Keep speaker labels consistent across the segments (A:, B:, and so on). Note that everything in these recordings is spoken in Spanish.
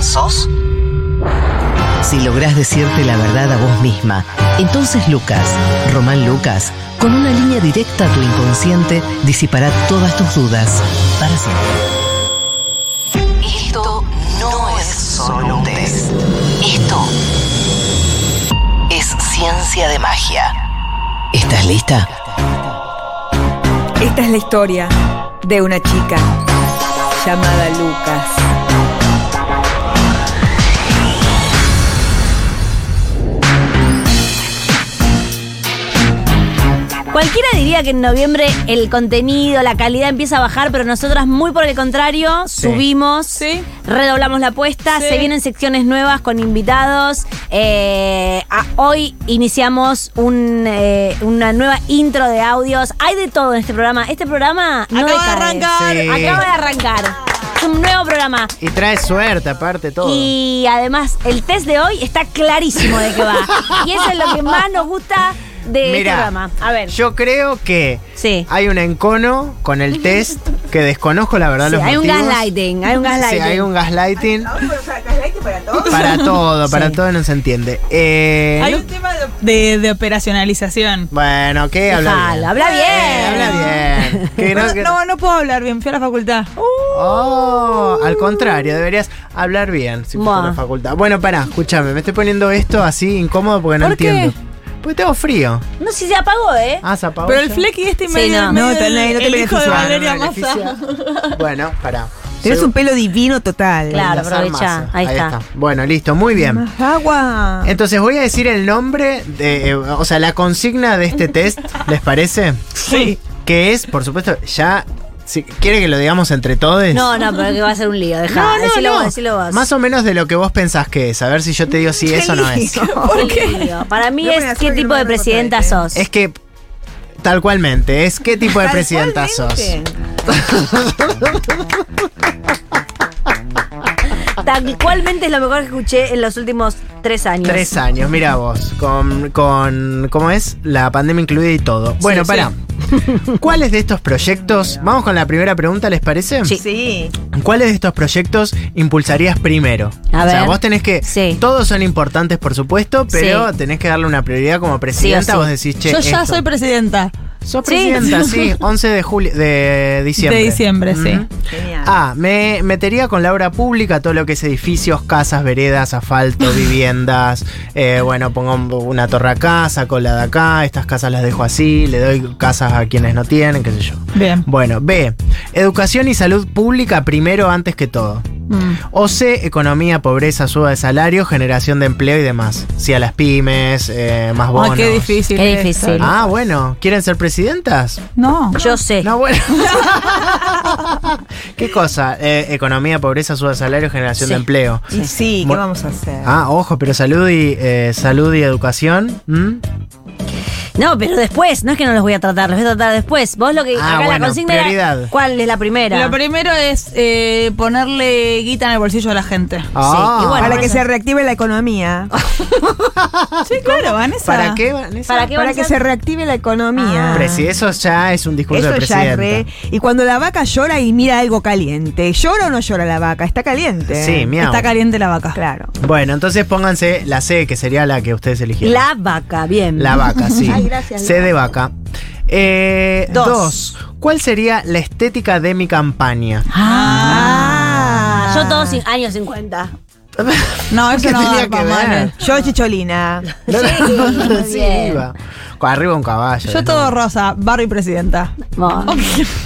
A: sos?
B: Si lográs decirte la verdad a vos misma, entonces Lucas, Román Lucas, con una línea directa a tu inconsciente, disipará todas tus dudas para siempre.
A: Esto no es solo un test. Esto es ciencia de magia.
B: ¿Estás lista?
C: Esta es la historia de una chica llamada Lucas.
D: Cualquiera diría que en noviembre el contenido, la calidad empieza a bajar, pero nosotras muy por el contrario, subimos,
C: Sí.
D: redoblamos la apuesta,
C: Sí.
D: se vienen secciones nuevas con invitados. eh, a- hoy iniciamos un, eh, una nueva intro de audios. Hay de todo en este programa. Este programa no
C: Acaba de
D: decae.
C: arrancar.
E: Sí.
D: Acaba de arrancar. Es un nuevo programa.
E: Y trae suerte, aparte todo.
D: Y además, el test de hoy está clarísimo de qué va. y eso es lo que más nos gusta de este
E: Mirá,
D: programa. A ver.
E: Yo creo que
D: Sí.
E: hay un encono con el test que desconozco la verdad
D: Sí,
E: los
D: hay un
E: motivos.
D: gaslighting, hay un
E: Sí,
D: gaslighting.
E: hay un gaslighting
F: para todos.
E: para todo, para
D: Sí.
E: todo no se entiende. Eh,
G: Hay
E: no-
G: un tema de, de- de operacionalización.
E: Bueno, ¿qué? Habla
D: Déjalo,
E: bien.
D: habla bien.
E: Eh, habla bien. Que no-
G: No,
E: que-
G: no, no puedo hablar bien, fui a la facultad.
E: Oh, al contrario, deberías hablar bien si fuiste a
D: Buah.
E: la facultad. Bueno, pará, escúchame, me estoy poniendo esto así incómodo porque no
D: ¿Por qué?
E: entiendo. Porque tengo frío.
D: No sé si se apagó, ¿eh?
E: Ah, se apagó
G: Pero el
E: ya.
G: flequi este
D: Sí,
G: medio,
D: no.
G: medio
C: No, tal- no, no te
G: el hijo de
C: beneficia.
G: Valeria
E: Ah, no,
G: Massa.
E: beneficia. Bueno, pará.
C: Tenés
E: Soy-
C: un pelo divino total.
D: Claro,
E: Las armas.
D: aprovecha. Ahí, está.
E: Bueno, listo, muy bien.
C: Más agua.
E: Entonces voy a decir el nombre, de, eh, o sea, la consigna de este test, ¿les parece?
G: Sí.
E: Que es, por supuesto, ya... Si, ¿Quiere que lo digamos entre todos?
D: No, no, pero que va a ser un lío. Deja, decilo vos, decilo vos.
E: Más o menos de lo que vos pensás que es. A ver si yo te digo si eso no es.
D: ¿Por qué? Para mí
C: Yo me la
D: es
C: sé
D: qué
C: que
D: tipo
C: no
D: de
C: me
D: presidenta
C: acordaba,
D: sos.
E: Es que, tal cualmente, es qué tipo de presidenta sos.
D: Tal cualmente es lo mejor que escuché en los últimos tres años.
E: Tres años, mira vos, con, con, ¿cómo es? La pandemia incluida y todo. Bueno,
G: sí.
E: pará. ¿Cuáles de estos proyectos, vamos con la primera pregunta, ¿les parece?
D: Sí.
C: Sí.
E: ¿Cuáles de estos proyectos impulsarías primero?
D: A
E: o sea,
D: ver.
E: vos tenés que.
D: Sí.
E: Todos son importantes, por supuesto, pero
D: Sí.
E: tenés que darle una prioridad como presidenta.
D: sí.
E: Vos decís, che.
G: Yo ya
E: esto.
G: soy presidenta
E: Sos presidenta, sí. 11 de, julio, de diciembre.
G: de diciembre,
E: Ujú.
G: sí.
C: Genial.
E: Ah, me metería con la obra pública todo lo que es edificios, casas, veredas, asfalto, viviendas. Eh, bueno, pongo un- una torre acá, saco la de acá, estas casas las dejo así, le doy casas a quienes no tienen, qué sé yo.
G: Bien.
E: Bueno, B. Educación y salud pública primero antes que todo.
G: Mm.
E: O C. Economía, pobreza, suba de salario, generación de empleo y demás. Sí, a las pymes, eh, más bonos.
G: Ah, qué difícil.
D: Qué
G: es esto.
D: difícil.
E: Ah, bueno. ¿Quieren ser presidentas?
G: No.
D: Yo sé.
E: No, bueno. ¿Qué cosa? Eh, economía, pobreza, suba de salario, generación
D: Sí.
E: de empleo.
C: Y sí, ¿qué
E: Bueno.
C: vamos a hacer?
E: Ah, ojo, pero salud y, eh, salud y educación. ¿m?
D: No, pero después, no es que no los voy a tratar, los voy a tratar después. Vos lo que
E: Ah,
D: acá la
E: bueno,
D: consigna era,
E: prioridad.
D: ¿Cuál es la primera?
G: Lo primero es eh, ponerle guita en el bolsillo a la gente.
E: Ah,
D: y bueno,
C: Para que
D: eso.
C: se reactive la economía.
G: Sí, claro, Vanessa.
E: ¿Para qué, Vanessa?
D: ¿Para qué van
C: Para
D: a
C: que
D: ser-
C: se reactive la economía.
E: Ah. Presi, eso ya es un discurso
C: Eso
E: de
C: ya es
E: presidenta.
C: re. Y cuando la vaca llora y mira algo caliente. ¿Llora o no llora la vaca? Está caliente.
E: Sí, miau.
G: Está caliente la vaca.
C: Claro.
E: Bueno, entonces pónganse la C, que sería la que ustedes eligieron.
D: La vaca, bien.
E: La vaca, sí.
C: Ay, gracias,
E: C de vaca. Eh,
D: Dos.
E: dos. ¿Cuál sería la estética de mi campaña?
D: Ah.
C: Ah.
D: Yo todos cin- años 50.
G: No,
D: Ah,
G: eso
E: ¿Qué
G: no
E: tenía
G: garpa,
E: que ver?
G: Vane.
C: Yo, Chicholina.
E: No, no, no,
D: Sí,
E: sí,
D: bien.
E: iba. Con Arriba un caballo.
G: Yo
E: ¿no?
G: todo rosa, Barbie presidenta.
D: Bueno,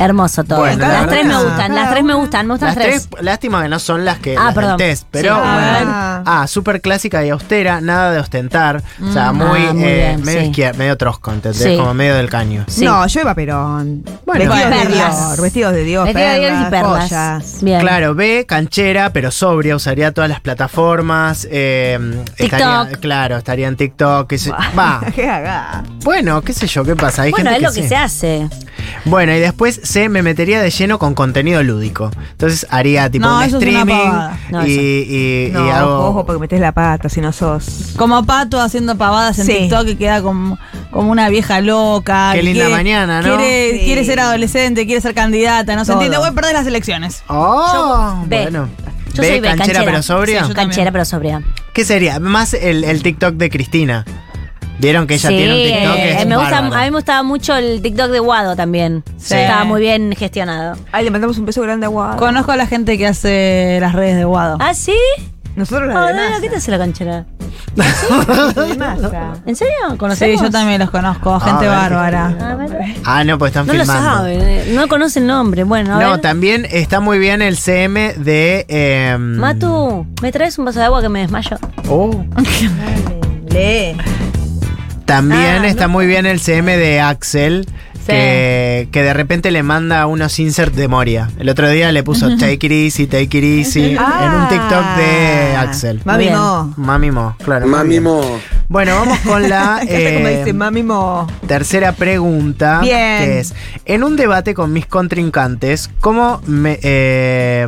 D: hermoso todo.
E: Bueno,
D: las
E: la
D: tres me
E: verdad.
D: gustan, las tres me gustan, me gustan
E: Las
D: las tres.
E: tres, lástima que no son las que
D: Ah,
E: las del
D: perdón.
E: test, pero
D: Sí.
E: bueno.
C: Ah.
E: Ah, súper clásica y austera, nada de ostentar. o sea, muy,
D: Ah, muy
E: eh,
D: bien,
E: medio
D: sí.
E: izquierda, medio trosco, ¿entendés?
D: Sí.
E: Como medio del caño.
D: Sí.
C: No, yo Eva Perón.
E: Bueno.
C: vestidos de
D: Perlas.
C: Dios. Vestidos de Dios.
D: Vestido de
C: perlas,
D: dientes y perlas.
C: joyas.
D: Bien.
E: Claro, B, canchera, pero sobria, usaría todas las plataformas. eh, estaría- claro, estaría en TikTok. qué sé- Va.
C: ¿Qué haga?
E: Bueno, qué sé yo, qué pasa. Hay
D: Bueno,
E: gente
D: es lo que
E: sí.
D: se hace.
E: Bueno, y después se me metería de lleno con contenido lúdico. Entonces haría tipo
G: No,
E: un
G: eso es una
E: streaming
G: pavada.
D: No,
E: y,
D: eso.
E: y- y
C: No,
E: hago.
C: ojo, porque metes la pata si no sos.
G: Como pato haciendo pavadas en
C: Sí.
G: TikTok y queda como, como una vieja loca.
E: Qué
G: que
E: linda mañana, ¿no?
G: Quiere,
C: Sí.
G: quiere ser adolescente, quiere ser candidata, no se
C: Todo.
G: entiende. Voy a perder las elecciones.
E: Oh,
D: Yo- B.
E: bueno.
D: Yo
E: ¿Ve
D: soy B,
E: canchera,
D: canchera.
E: pero sobria?
G: Sí, yo también.
D: Canchera, pero sobria.
E: ¿Qué sería? Más el, el TikTok de Cristina. ¿Vieron que ella
D: Sí,
E: tiene un TikTok? que
D: eh,
E: es
D: me gusta, a
E: bárbaro?
D: mí me gustaba mucho el TikTok de Wado también.
G: Sí.
D: Estaba muy bien gestionado.
C: Ay, le mandamos un beso grande a Guado.
G: Conozco a la gente que hace las redes de Guado.
D: ¿Ah, sí?
C: Nosotros la
D: Oh,
C: de
D: no,
C: masa.
D: ¿Qué te hace la canchera?
C: De masa.
D: ¿En serio?
G: Sí,
D: ¿Conocemos?
G: yo también los conozco, gente
E: Ah, vale.
G: bárbara.
D: A ver.
E: Ah, no, pues están
D: No lo
E: filmando.
D: saben, eh, no conoce el nombre. Bueno, a
E: No,
D: ver.
E: también está muy bien el CM de. em,
D: Matu, ¿me traes un vaso de agua que me desmayo?
E: Oh.
G: Lee.
E: También
D: Ah,
E: está muy bien el CM de Axel. Que, que de repente le manda unos inserts de Moria. El otro día le puso Take it easy, take it easy en
D: Ah.
E: un TikTok de Axel.
C: Ah.
E: Eh,
C: Mami
D: Bien.
C: Mo.
E: Mami Mo, claro.
F: Mami
E: muy bien.
F: Mo.
E: Bueno, vamos con la
C: Fíjate cómo
E: eh,
C: dice Mami Mo.
E: tercera pregunta.
C: Bien.
E: Que es, en un debate con mis contrincantes, ¿cómo me... eh,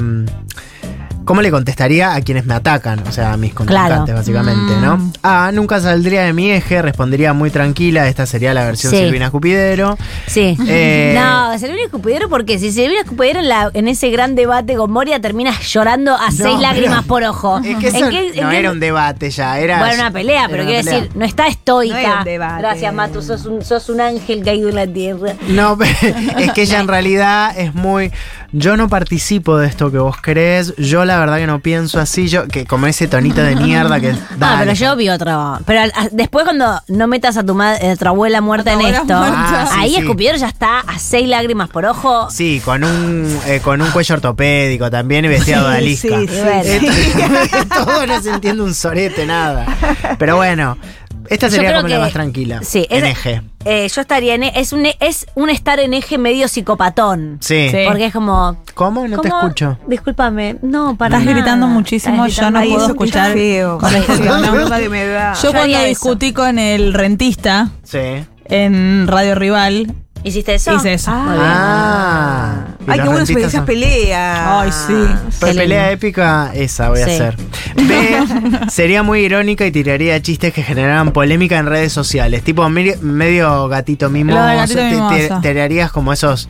E: ¿Cómo le contestaría a quienes me atacan? O sea, a mis contrincantes,
D: Claro. Mm.
E: básicamente, ¿no? A, nunca saldría de mi eje, respondería muy tranquila. Esta sería la versión
D: Sí.
E: Silvina Escupidero.
D: Sí.
E: Eh.
D: no, Silvina Escupidero, porque si Silvina Escupidero en, la- en ese gran debate con Moria terminas llorando a seis
E: pero-
D: lágrimas por ojo.
E: Es que
D: Oh. ¿En
E: eso
D: qué- en
E: no
D: qué-
E: era un debate ya, era...
D: Bueno, una pelea,
E: era
D: pero
E: una
D: quiero
E: pelea.
D: decir, no está estoica.
C: No era un debate.
D: Gracias, Matu, sos un, sos un ángel caído en la tierra.
E: No, pe- es que ella en realidad es muy. Yo no participo de esto que vos crees. Yo la verdad que no pienso así. Yo que como ese tonito de mierda que.
D: Ah,
E: dale.
D: pero yo vi otro. Pero al- a- después cuando no metas a tu, ma- eh, tu abuela muerta
G: A tu
D: en
G: abuela
D: esto,
G: muerta.
E: Ah, sí,
D: ahí
E: sí.
D: Escupidero ya está a seis lágrimas por ojo.
E: Sí, con un eh, con un cuello ortopédico también y vestido de alisca.
C: sí,
D: sí, sí.
E: Todo no se entiende un sorete nada. Pero bueno, esta
D: Yo
E: sería
D: creo
E: como la
D: que-
E: más tranquila.
D: Sí,
E: en
D: esa-
E: eje.
D: Eh, yo estaría en. e- Es un, e- es un estar en eje medio picopatón.
E: Sí.
G: Sí.
D: Porque es como.
E: ¿Cómo? No te
D: ¿cómo?
E: escucho.
D: Discúlpame. No, para
G: Estás
D: nada.
G: gritando muchísimo,
D: Estás
G: yo no
C: Ay,
D: gritando
G: puedo
C: eso
D: ahí.
C: escuchar
G: escuchar.
C: feo.
G: con este
C: La
G: tono.
C: verdad que me da.
G: Yo
D: haría
G: cuando
D: eso.
G: discutí con el rentista
E: Sí.
G: en Radio Rival,
D: ¿Hiciste eso?
G: hice eso.
E: Ah. y
C: Ay,
E: los
C: qué bueno
E: rentistas
C: esas
E: son-
C: peleas.
G: Ay, sí.
E: Pues
D: Excelente.
E: pelea épica, esa voy a
D: Sí.
E: hacer. B, sería muy irónica y tiraría chistes que generaran polémica en redes sociales. Tipo mi- medio gatito mimoso.
G: Lo del gatito
E: te-
G: mimoso.
E: te- tirarías como esos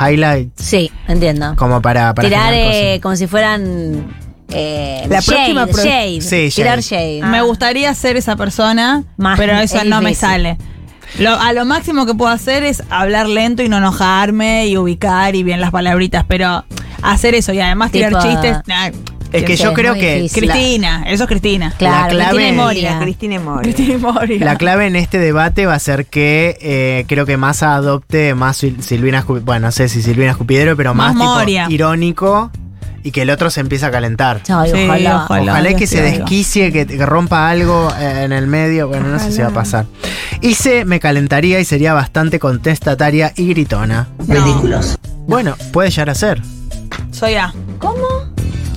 E: highlights
D: Sí, entiendo.
E: como para, para
D: Tirar
E: generar
D: eh, como si fueran. eh,
C: La
D: shade,
C: próxima pro-
D: shade.
E: Sí, shade.
D: Tirar shade.
G: Me gustaría ser esa persona,
D: Más-
G: pero eso
D: es
G: no me
D: difícil.
G: sale. Lo- a lo máximo que puedo hacer es hablar lento y no enojarme y ubicar y bien las palabritas, pero hacer eso y además tirar
D: Tipo-
G: chistes. nah,
E: cosas. Es que
D: Sí,
E: yo
D: es
E: creo
D: muy
E: que
D: difícil.
G: Cristina, eso es Cristina.
D: Claro,
E: la clave-
D: Cristina y
C: Mira,
D: Moria.
C: Cristina Moria.
G: Cristina Moria.
E: la clave en este debate va a ser que eh, creo que más adopte más Sil- Silvina Escu- bueno, no sé si Silvina Escupidero, pero
G: Más
E: más, tipo
G: Moria.
E: irónico y que el otro se empiece a calentar.
D: Ay,
G: Sí,
D: ojalá.
G: ojalá.
E: Ojalá
G: Dios
E: que se
G: te oiga.
E: desquicie, que, que rompa algo eh, en el medio. Bueno, no sé si va a pasar. Hice, me calentaría y sería bastante contestataria y gritona.
G: Ridículos.
E: Bueno, puede llegar a ser.
G: Soy A.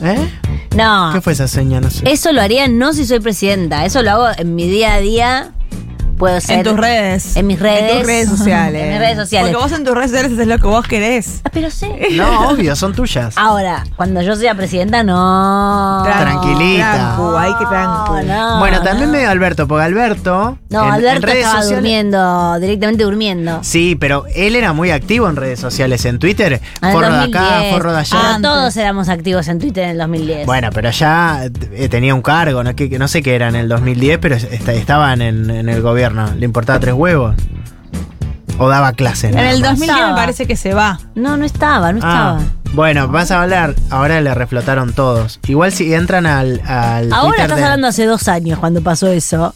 E: ¿Eh?
D: No.
G: Ah.
E: ¿Qué fue esa señal? No
G: Eh.
E: sé.
D: Eso lo haría no si soy presidenta, eso lo hago en mi día a día. Puedo ser.
G: En tus redes.
D: En mis redes.
C: En tus redes sociales.
D: En mis redes sociales.
G: Porque vos en tus redes sociales haces lo que vos querés.
D: Ah, Pero sí.
C: Eh.
E: No, obvio, son tuyas.
D: Ahora, cuando yo sea presidenta, no.
C: Tran-
E: Tranquilita.
C: Trancu, ay, qué trancu.
D: No,
E: bueno,
D: no.
E: también medio Alberto, porque Alberto.
D: Ah. No,
E: en- en
D: Alberto
E: redes
D: estaba
E: sociales-
D: durmiendo, directamente durmiendo.
E: Sí, pero él era muy activo en redes sociales, en Twitter.
D: En el
E: Forro de acá,
D: 2010.
E: forro de allá.
D: Ah,
G: Antes.
D: todos éramos activos en Twitter en el 2010.
E: Bueno, pero ya eh, tenía un cargo, no, que, que no sé qué era en el 2010, pero est- estaban en, en el gobierno. ¿Le importaba tres huevos? ¿O daba clases?
G: En
E: nada
G: el
E: más?
G: 2010 me parece que se va.
D: No, no estaba, no
E: Ah,
D: estaba.
E: bueno, vas a hablar. Ahora le reflotaron todos. Igual si entran al. al
D: Ahora
E: Twitter
D: estás
E: de-
D: hablando hace dos años cuando pasó eso.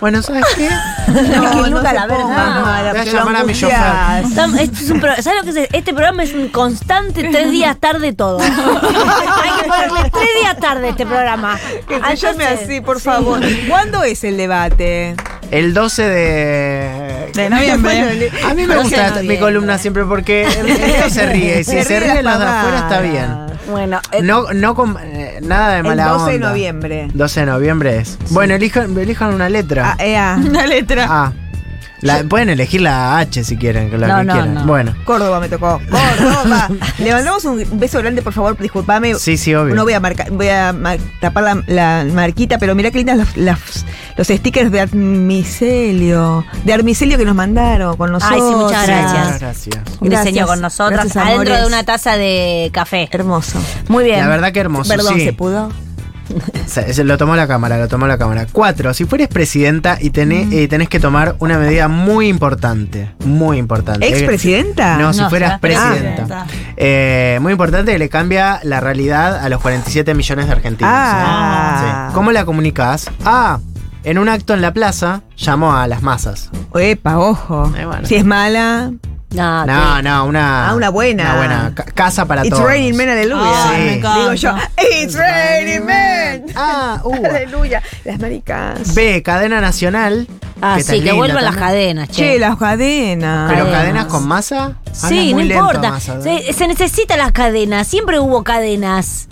E: Bueno, ¿sabes qué?
C: No,
D: que nunca
C: se
D: la verdad.
C: pongan mala,
E: Voy a
C: que
E: llamar a mi
C: angustias.
E: chofer.
D: Estamos- este es un pro- ¿Sabes lo que es? Este programa es un constante tres días tarde todo. Hay que ponerle tres días tarde a este programa.
C: Que se llame
D: Entonces,
C: así, por
D: Ah, sí.
C: favor. ¿Cuándo es el debate?
E: El 12 de.
G: De noviembre.
E: A mí
D: Doce
E: me
D: de
E: gusta mi
D: noviembre.
E: columna siempre porque el- esto se ríe. Y si se ríe los de afuera está bien.
D: Bueno, eh,
E: No, no con- eh, nada de
C: El
E: mala
C: 12 de
E: onda.
C: noviembre.
E: 12 de noviembre es. Bueno, elijan, elijan una letra.
C: Ah, eh, ah.
G: Una letra.
E: Ah. La- pueden elegir la H si quieren, la
D: No,
E: que
D: no,
E: quieran.
D: no.
E: Bueno.
C: Córdoba me tocó. Córdoba. Le mandamos un beso grande, por favor, disculpame.
E: Sí, sí, obvio.
C: No voy a marcar, voy a mar- tapar la, la marquita, pero mirá qué lindas las, las, los stickers de Armicelio, de Armicelio que nos mandaron con nosotros.
D: Ay, sí, muchas gracias.
E: Gracias.
D: Un
C: Gracias.
D: diseño con nosotras
C: Gracias,
D: adentro
C: amores.
D: de una taza de café.
C: Hermoso.
D: Muy bien.
E: La verdad que hermoso.
D: Perdón,
E: sí.
D: ¿se pudo?
E: Se- se- lo tomó la cámara, lo tomó la cámara. Cuatro, si fueres presidenta y tené- eh, tenés que tomar una medida muy importante, muy importante.
C: ¿Expresidenta?
E: No, si
G: No,
E: fueras
G: si fueras
E: presidenta.
G: presidenta.
E: Eh, muy importante que le cambia la realidad a los 47 millones de argentinos. ¿eh?
C: Ah.
E: Sí. ¿Cómo la comunicás? Ah, en un acto en la plaza llamó a las masas.
C: Epa, ojo.
E: Eh, bueno.
C: Si es mala.
D: No,
E: No, no, una.
C: Ah, una buena.
E: Una buena. ca- casa para
C: It's
E: todos.
C: raining men, aleluya.
E: Ay, me
G: encanta.
C: Digo yo, it's raining men.
E: Ah, uh.
C: Aleluya. Las maricas.
E: B, cadena nacional.
D: Ah,
E: que tan
D: sí, que
E: linda
D: vuelvan las
E: también.
D: cadenas, che.
C: Che, las cadenas.
E: Pero
D: Cadenas.
E: cadenas con masa. Hablas
D: sí, no
E: muy lento, ¿eh?
D: importa.
E: Massa, ¿verdad?
D: Se, se necesitan las cadenas. Siempre hubo cadenas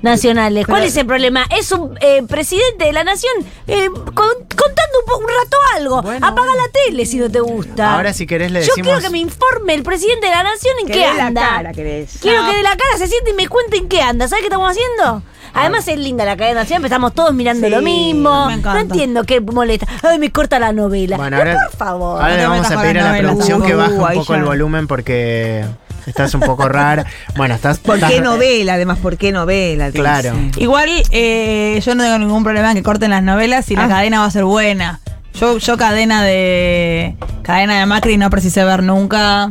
D: nacionales. ¿Cuál es el problema? Es un eh, presidente de la nación eh, con- contando un, po- un rato algo.
E: Bueno,
D: Apaga
E: bueno.
D: la tele si no te gusta.
E: Ahora si querés le
D: Yo
E: decimos.
D: quiero que me informe el presidente de la nación en
C: Que
D: qué
C: dé la
D: anda.
C: cara, querés.
D: Quiero que de la cara se siente y me cuente en qué anda. ¿Sabes qué estamos haciendo? Además es linda la cadena siempre estamos todos mirando
C: Sí,
D: lo mismo.
G: me
D: No
G: encanta.
D: entiendo qué molesta. Ay, me corta la novela.
E: Bueno,
D: Pero
E: ahora-
D: por favor.
E: Ahora
G: No
E: le
G: te
E: vamos
G: metas
E: a
G: con
E: pedir a
G: la
E: la
G: novela.
E: producción que
C: Uh,
E: baje un
C: ahí
E: poco
C: ya.
E: el volumen porque estás un poco rara. Bueno, estás.
C: ¿Por qué
E: estás-
C: novela? Además, ¿por qué novela?
E: Claro.
C: Dice.
G: Igual eh, yo no tengo ningún problema en que corten las novelas y
C: Ah.
G: la cadena va a ser buena. Yo, yo cadena de cadena de Macri no precisé ver nunca.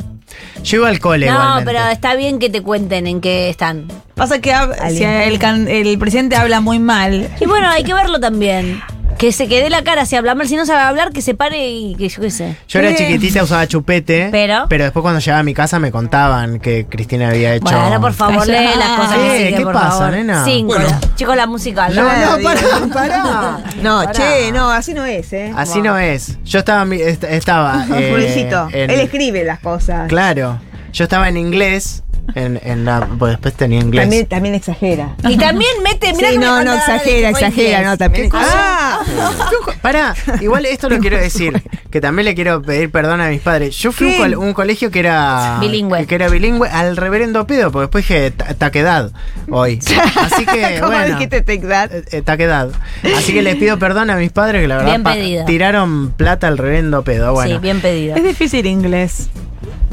E: Yo iba al cole
D: no,
E: igualmente.
D: pero está bien que te cuenten en qué están.
G: Pasa que hab- si el, can- el presidente habla muy mal.
D: Y bueno, hay que verlo también. Que se quede la cara si habla mal, si no sabe hablar, que se pare y que yo qué sé.
E: Yo era
G: Sí.
E: chiquitita, usaba chupete.
D: Pero-
E: después cuando llegaba a mi casa me contaban que Cristina había hecho.
D: Bueno, ahora por favor,
G: Calla.
D: lee las cosas
E: Eh,
D: que siguen,
E: ¿qué
D: por
E: pasa,
D: favor.
E: nena?
D: Cinco.
E: Bueno.
D: la- Chicos, la música.
E: No,
D: alta.
E: no, pará, pará.
C: No,
E: Pará.
C: che, no, así no es, ¿eh?
E: Así no es. Yo estaba. mi- est- estaba eh,
C: Pobrecito.
E: en-
C: Él escribe las cosas.
E: Claro. Yo estaba en inglés. En, en la, pues después tenía inglés.
C: También, también exagera.
D: Y también mete, Eh, mirá
C: Sí,
D: que me
C: no, no,
D: mandaron ahora
C: exagera,
D: que fue
C: exagera,
D: inglés.
C: no, también.
E: ¿Qué cosa?
C: Ah,
E: Pará, igual esto lo quiero decir, que también le quiero pedir perdón a mis padres. Yo fui a un,
C: ¿Qué?
E: col- un colegio que era
D: Bilingüe.
E: que era bilingüe al reverendo pedo, porque después dije ta- taquedad hoy. Así que
C: ¿Cómo
E: bueno,
C: dijiste take that?
E: eh, eh, taquedad. Así que les pido perdón a mis padres que la verdad
D: Bien
E: pa-
D: pedido.
E: tiraron plata al reverendo pedo. Bueno,
D: Sí, bien pedido.
G: Es difícil inglés.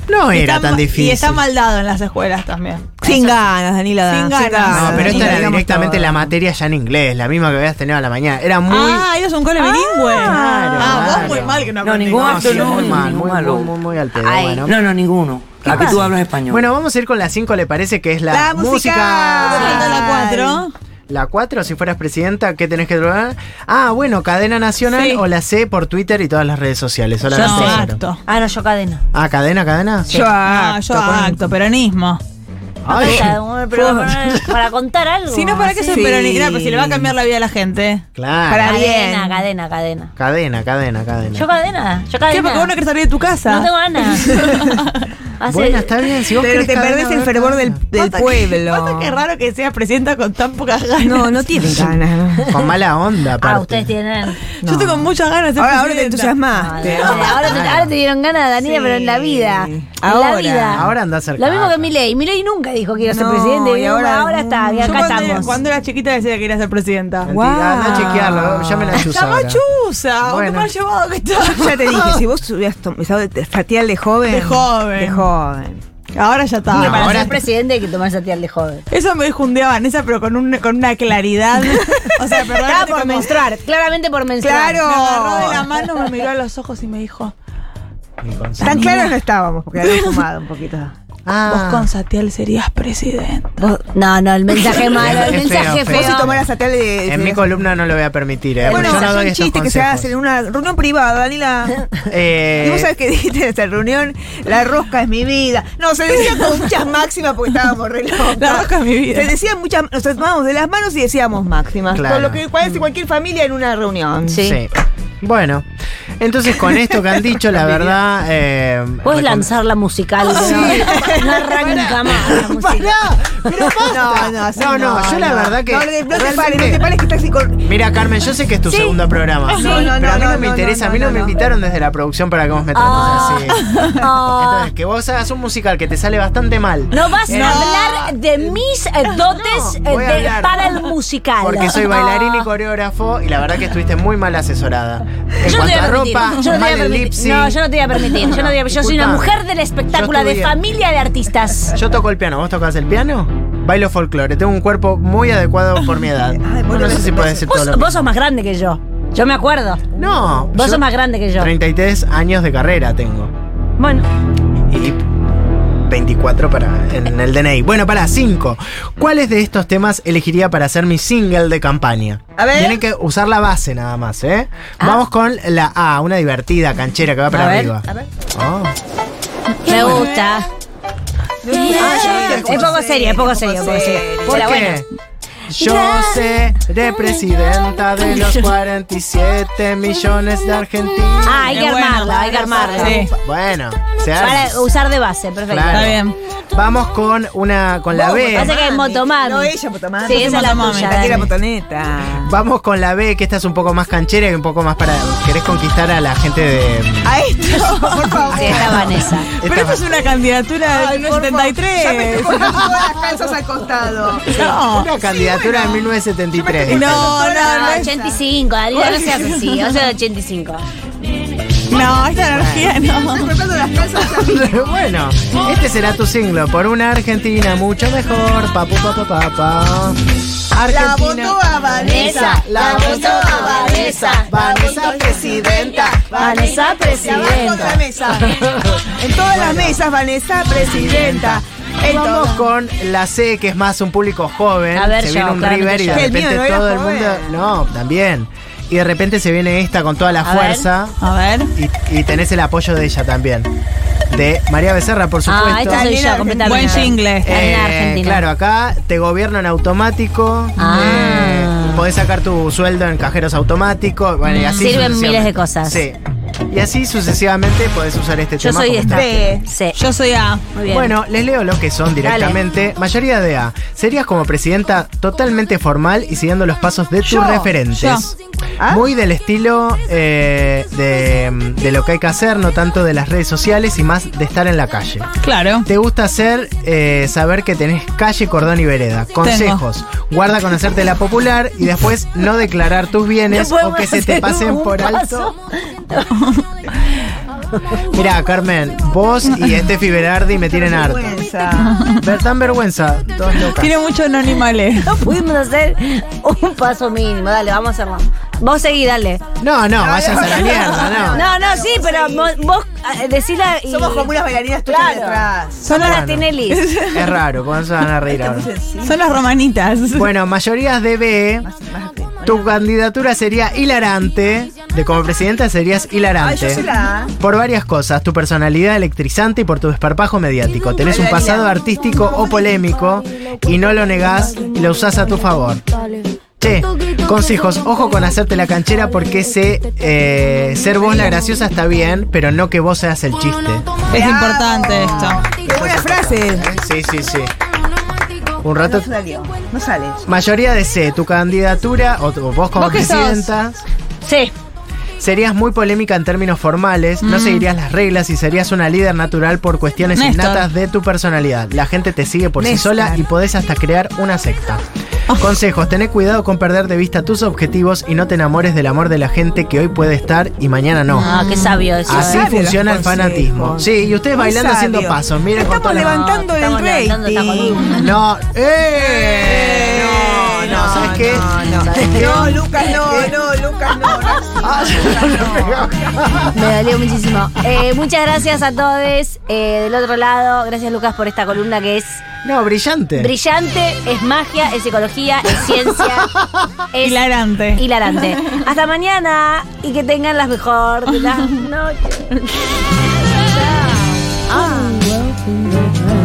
E: no
G: Y
E: era
G: está
E: tan
G: ma-
E: difícil.
G: Y está mal dado en las escuelas también.
C: Sin ganas, Danila.
G: Sin ganas.
E: No, pero
G: Ah, Sí,
E: esta era
G: digamos
E: directamente la materia ya en inglés, la misma que habías tenido a la mañana. Era muy
G: ah, ellos son un cole bilingüe.
E: Claro,
G: ah,
E: claro.
G: vos muy mal que no
F: No,
G: aprendí.
F: ningún
E: No, Ah, sí,
F: acto, no.
E: muy mal, muy,
F: ningún
E: muy,
F: malo.
E: muy, muy al pedo.
D: Ay,
E: bueno.
F: No, no, ninguno. Aquí tú hablas español.
E: Bueno, vamos a ir con la 5, ¿le parece? Que es
C: La
E: la,
G: Te falta
E: música.
C: música.
G: la cuatro.
E: La 4, si fueras presidenta, ¿qué tenés que lograr? Ah, bueno, cadena nacional
G: Sí.
E: o la C por Twitter y todas las redes sociales. Hola,
G: Yo
E: Cero.
G: acto.
D: Ah, no, yo cadena.
E: Ah, cadena, cadena.
C: Yo
G: Ah,
C: acto.
G: yo acto, peronismo.
E: Ay,
D: Acá, bueno, pero para, para contar algo.
G: Si no, ¿para qué
D: así.
G: soy peronista? No, pero si le va a cambiar la vida a la gente.
E: claro.
C: Para-
D: Cadena,
C: Bien.
D: cadena, cadena.
E: Cadena, cadena, cadena.
D: Yo cadena, yo
G: ¿Qué? Porque vos no
D: cadena.
G: querés salir de tu casa.
D: No tengo ganas. Hace-
E: Bueno, está bien. Si vos
C: Pero
E: querés
C: te
E: cadena,
C: perdés el
E: ver,
C: fervor del,
E: cadena.
C: del
G: Pasa que- Pasa
C: pueblo.
G: que es raro que seas presidenta con tan pocas ganas.
C: No, no tienen ganas.
E: Con mala onda, aparte.
D: Ah, ustedes tienen.
G: Yo tengo muchas ganas de ser
C: Ahora, ahora te
G: presidenta.
C: entusiasmaste.
D: Ah, Ahora te, ahora te dieron ganas, Daniela,
C: Sí.
D: pero en la vida. En la
C: Ahora,
D: vida.
E: ahora andá cerca.
D: Lo mismo que Milei. Milei nunca dijo que iba a ser
C: No,
D: presidente.
C: y
D: Y ahora,
C: ahora-
D: ahora está, y
G: Yo
D: acá
G: cuando,
D: estamos.
G: cuando era chiquita decía que quería ser presidenta.
E: Mentira, andá a
C: Guau.
E: chequearlo, ya me la chusa
G: Llamá
E: ahora.
G: Chusa, vos
E: Bueno.
G: qué mal llevado que estás.
C: Ya te dije, si vos hubieras empezado de fatial de joven.
G: De joven.
C: De joven.
G: Ahora ya está.
D: Que para
E: ahora-
D: ser presidente hay que tomarse a tial de joven.
G: Eso me dijo Vanessa, pero con, un- con una claridad. o sea, perdón.
D: Estaba por menstruar, claramente por menstruar.
G: Claro. Me agarró de la mano, me miró a los ojos y me dijo,
E: Ni con-
C: Tan claros no estábamos, porque habíamos fumado un poquito.
G: vos
E: Ah,
G: con Satiel serías presidente.
D: Vos- No, no, el mensaje malo, el
E: Es feo,
D: mensaje
E: feo.
D: feo.
C: Vos si tomaras fatial de.
E: en mi columna no lo voy a permitir. eh,
C: Bueno,
E: yo no
C: es
E: doy
C: un
E: estos
C: chiste que se
E: consejos.
C: hace en una reunión privada, Danila.
E: Eh,
C: Y vos sabés que dijiste en esa reunión, la rosca es mi vida. No, se decía con muchas máximas porque estábamos re locas.
G: La rosca es mi vida.
C: Se decían muchas, nos tomábamos de las manos y decíamos máximas.
E: Claro.
C: Con lo que parece cualquier familia en una reunión.
D: Sí.
E: Sí. Bueno, entonces con esto que han dicho, la verdad. Eh,
D: Puedes
E: recom-
D: lanzar la musical. No, no arranca más la música.
C: Pero basta. No, no, así
E: No, no, yo la verdad que
C: No, no, no te
E: realmente-
C: pares, no te pares que estás así con.
E: Mira, Carmen, yo sé que es tu segundo programa.
C: No, no,
E: pero a mí
C: no,
E: no,
C: no, no,
E: me interesa,
C: no,
E: a mí no,
C: no,
E: me
C: no.
E: invitaron desde la producción para que vos me trates así.
D: Ah.
E: Entonces, que vos hagas un musical que te sale bastante mal.
D: No vas
E: No.
D: a hablar de mis eh, dotes
E: No, voy
D: eh,
E: a
D: de-
E: hablar.
D: para el musical.
E: Porque soy bailarín y
D: No.
E: coreógrafo y la verdad que estuviste muy mal asesorada. En
D: Ah. Yo no te
E: cuanto
D: voy
E: a
D: a permitir.
E: ropa,
D: yo no te voy a
E: mal el
D: permitir.
E: lipsy.
D: No, yo no te voy a permitir. Yo, no te voy a- yo soy una
E: Disculpa.
D: mujer del espectáculo,
E: Yo
D: de
E: estudié.
D: familia de artistas.
E: Yo toco el piano, ¿vos tocás el piano? Bailo folclore, tengo un cuerpo muy adecuado por mi edad.
C: vos
E: no
C: tenés-
E: sé si puedes decir todo
D: Vos,
E: lo que...
D: vos sos más grande que yo. Yo me acuerdo.
E: No,
D: Vos
E: yo
D: sos más grande que yo.
E: 33 años de carrera tengo.
D: Bueno,
E: Y 24 para en el DNI. Bueno, para 5. ¿Cuáles de estos temas elegiría para hacer mi single de campaña?
C: A ver.
E: Tienen que usar la base nada más, ¿eh? Vamos con la A, una divertida canchera que va para
G: ver,
E: arriba.
C: a ver.
E: Oh.
D: me gusta.
C: Ay,
D: Es poco serio, es poco serio, es poco serio.
E: ¿Por
D: La buena.
E: qué? Yo seré presidenta de los 47 millones de argentinos.
D: Ah, hay que
G: Es bueno.
D: armarla, hay que armarla.
G: Sí.
E: Bueno, se
D: Para
E: arma.
D: usar de base, perfecto.
E: Claro.
G: Está bien.
E: Vamos con una con la
C: Vos,
E: B.
D: Pasa que es Motomami.
C: No, ella Motomami.
D: Sí, esa es la
G: Motomami,
D: tuya.
C: Aquí la
D: Dani.
C: botoneta.
E: Vamos con la B, que esta es un poco más canchera y un poco más para. Querés conquistar a la gente de.
C: A esto, por favor.
D: Sí, está Vanessa.
G: Pero esto es una candidatura
C: Ay,
G: del
C: por favor. Ya me estoy
G: 73.
C: poniendo todas las calzas al costado.
G: No,
E: una candidatura de 1973.
G: no, no,
D: No,
G: no.
D: 85, Daniela, no seas así. O sea, 85.
G: No, esta energía no.
C: Estoy colocando las calzas así.
E: bueno, este será tu siglo. Por una Argentina mucho mejor. Papu, papu, papá.
C: La
E: Argentina.
C: votó a Vanessa.
E: la votó a Vanessa. Vanessa presidenta,
D: Vanessa
C: Abajo de la mesa. En todas las mesas, Vanessa presidenta. En todo.
E: Vamos con la C, que es más un público joven.
D: A ver,
E: se
D: yo,
E: viene un
D: claramente
E: River y de
C: yo. El mío
E: repente
C: no era
E: todo el
C: joven.
E: mundo. No, también. Y de repente se viene esta con toda la
D: A ver.
E: fuerza.
G: A ver.
E: Y, y tenés el apoyo de ella también. De María Becerra, por supuesto.
D: Ah, esta soy yo,
C: Daniela,
D: completamente.
G: Buen jingle.
D: Eh, Argentina, Argentina.
E: Claro, acá te gobiernan automático.
D: Ah.
E: eh, podés sacar tu sueldo en cajeros automáticos. Bueno, y así
D: Sirven
E: sucesivamente.
D: miles de cosas.
E: Sí. Y así sucesivamente podés usar este
D: Yo
E: tema.
D: soy
E: como
D: esta.
E: está.
D: Sí.
G: Yo soy A.
D: Muy bien.
E: Bueno, les leo los que son directamente. Mayoría de A. Serías como presidenta totalmente formal y siguiendo los pasos de tus
G: Yo,
E: referentes.
G: yo.
C: ¿Ah?
E: Muy del estilo eh, de, de lo que hay que hacer, no tanto de las redes sociales y más de estar en la calle.
G: Claro.
E: Te gusta hacer eh, saber que tenés calle, cordón y vereda. Consejos. Guarda conocerte la popular y después no declarar tus bienes
D: No
E: o que se
D: podemos
E: te
D: hacer
E: pasen
D: un
E: por
D: paso.
E: alto. Mira, Carmen, vos y este Berardi me tienen harto.
C: Vergüenza.
E: Ver tan vergüenza. Dos locas.
G: Tiene mucho no animales.
D: No pudimos hacer un paso mínimo. Dale, vamos a hacerlo. Vos seguí, dale.
E: No, no, vayas a la mierda, no.
D: No, no, sí, pero vos, vos ah, decila y...
C: Somos como unas bailarinas tuyas
D: Claro.
C: detrás.
D: Somos
E: Claro.
D: las Tinelli.
E: Es raro, ¿cómo se van a reír ahora?
G: Son las romanitas.
E: Bueno, mayorías de B. Tu candidatura sería hilarante. De como presidenta serías
C: Ay, yo
E: hilarante.
C: soy la A.
E: Por varias cosas, tu personalidad electrizante y por tu desparpajo mediático. Tenés un pasado artístico o polémico y no lo negás y lo usás a tu favor. Che, consejos, ojo con hacerte la canchera porque ese eh, ser vos la graciosa está bien, pero no que vos seas el chiste.
G: Es importante esto.
C: Qué buena frase.
E: Sí, sí, sí. Un rato.
C: No salió. No sale.
E: Mayoría de C, tu candidatura o tu- vos como
G: ¿Vos qué sos?
E: presidenta.
D: Sí.
E: Serías muy polémica en términos formales, no seguirías las reglas y serías una líder natural por cuestiones
G: Néstor.
E: innatas de tu personalidad. La gente te sigue por sí
C: Néstor.
E: sola y podés hasta crear una secta. Consejos, tené cuidado con perder de vista tus objetivos y no te enamores del amor de la gente que hoy puede estar y mañana no.
D: Ah, qué sabio eso.
E: Así
D: eh.
C: sabios
E: funciona el
C: los
E: fanatismo.
C: consejos.
E: Sí, y ustedes
C: Muy
E: bailando haciendo
C: sabio.
E: pasos. Miren con
C: Estamos
E: toda la-
C: levantando el
D: Estamos levantando esta
C: rating.
D: columna.
E: No, ¡eh! No, no, ¿sabes qué?
C: No, no.
E: ¿Sabes qué?
C: No, Lucas, no, no, Lucas, no. no.
E: Ah,
D: Me dolió muchísimo. Eh, muchas gracias a todos eh, del otro lado. Gracias, Lucas, por esta columna que es
E: No, brillante.
D: brillante, es magia, es psicología, es ciencia. es
G: Hilarante.
D: hilarante. Hasta mañana y que tengan las mejor de las noches. Chao. Ah.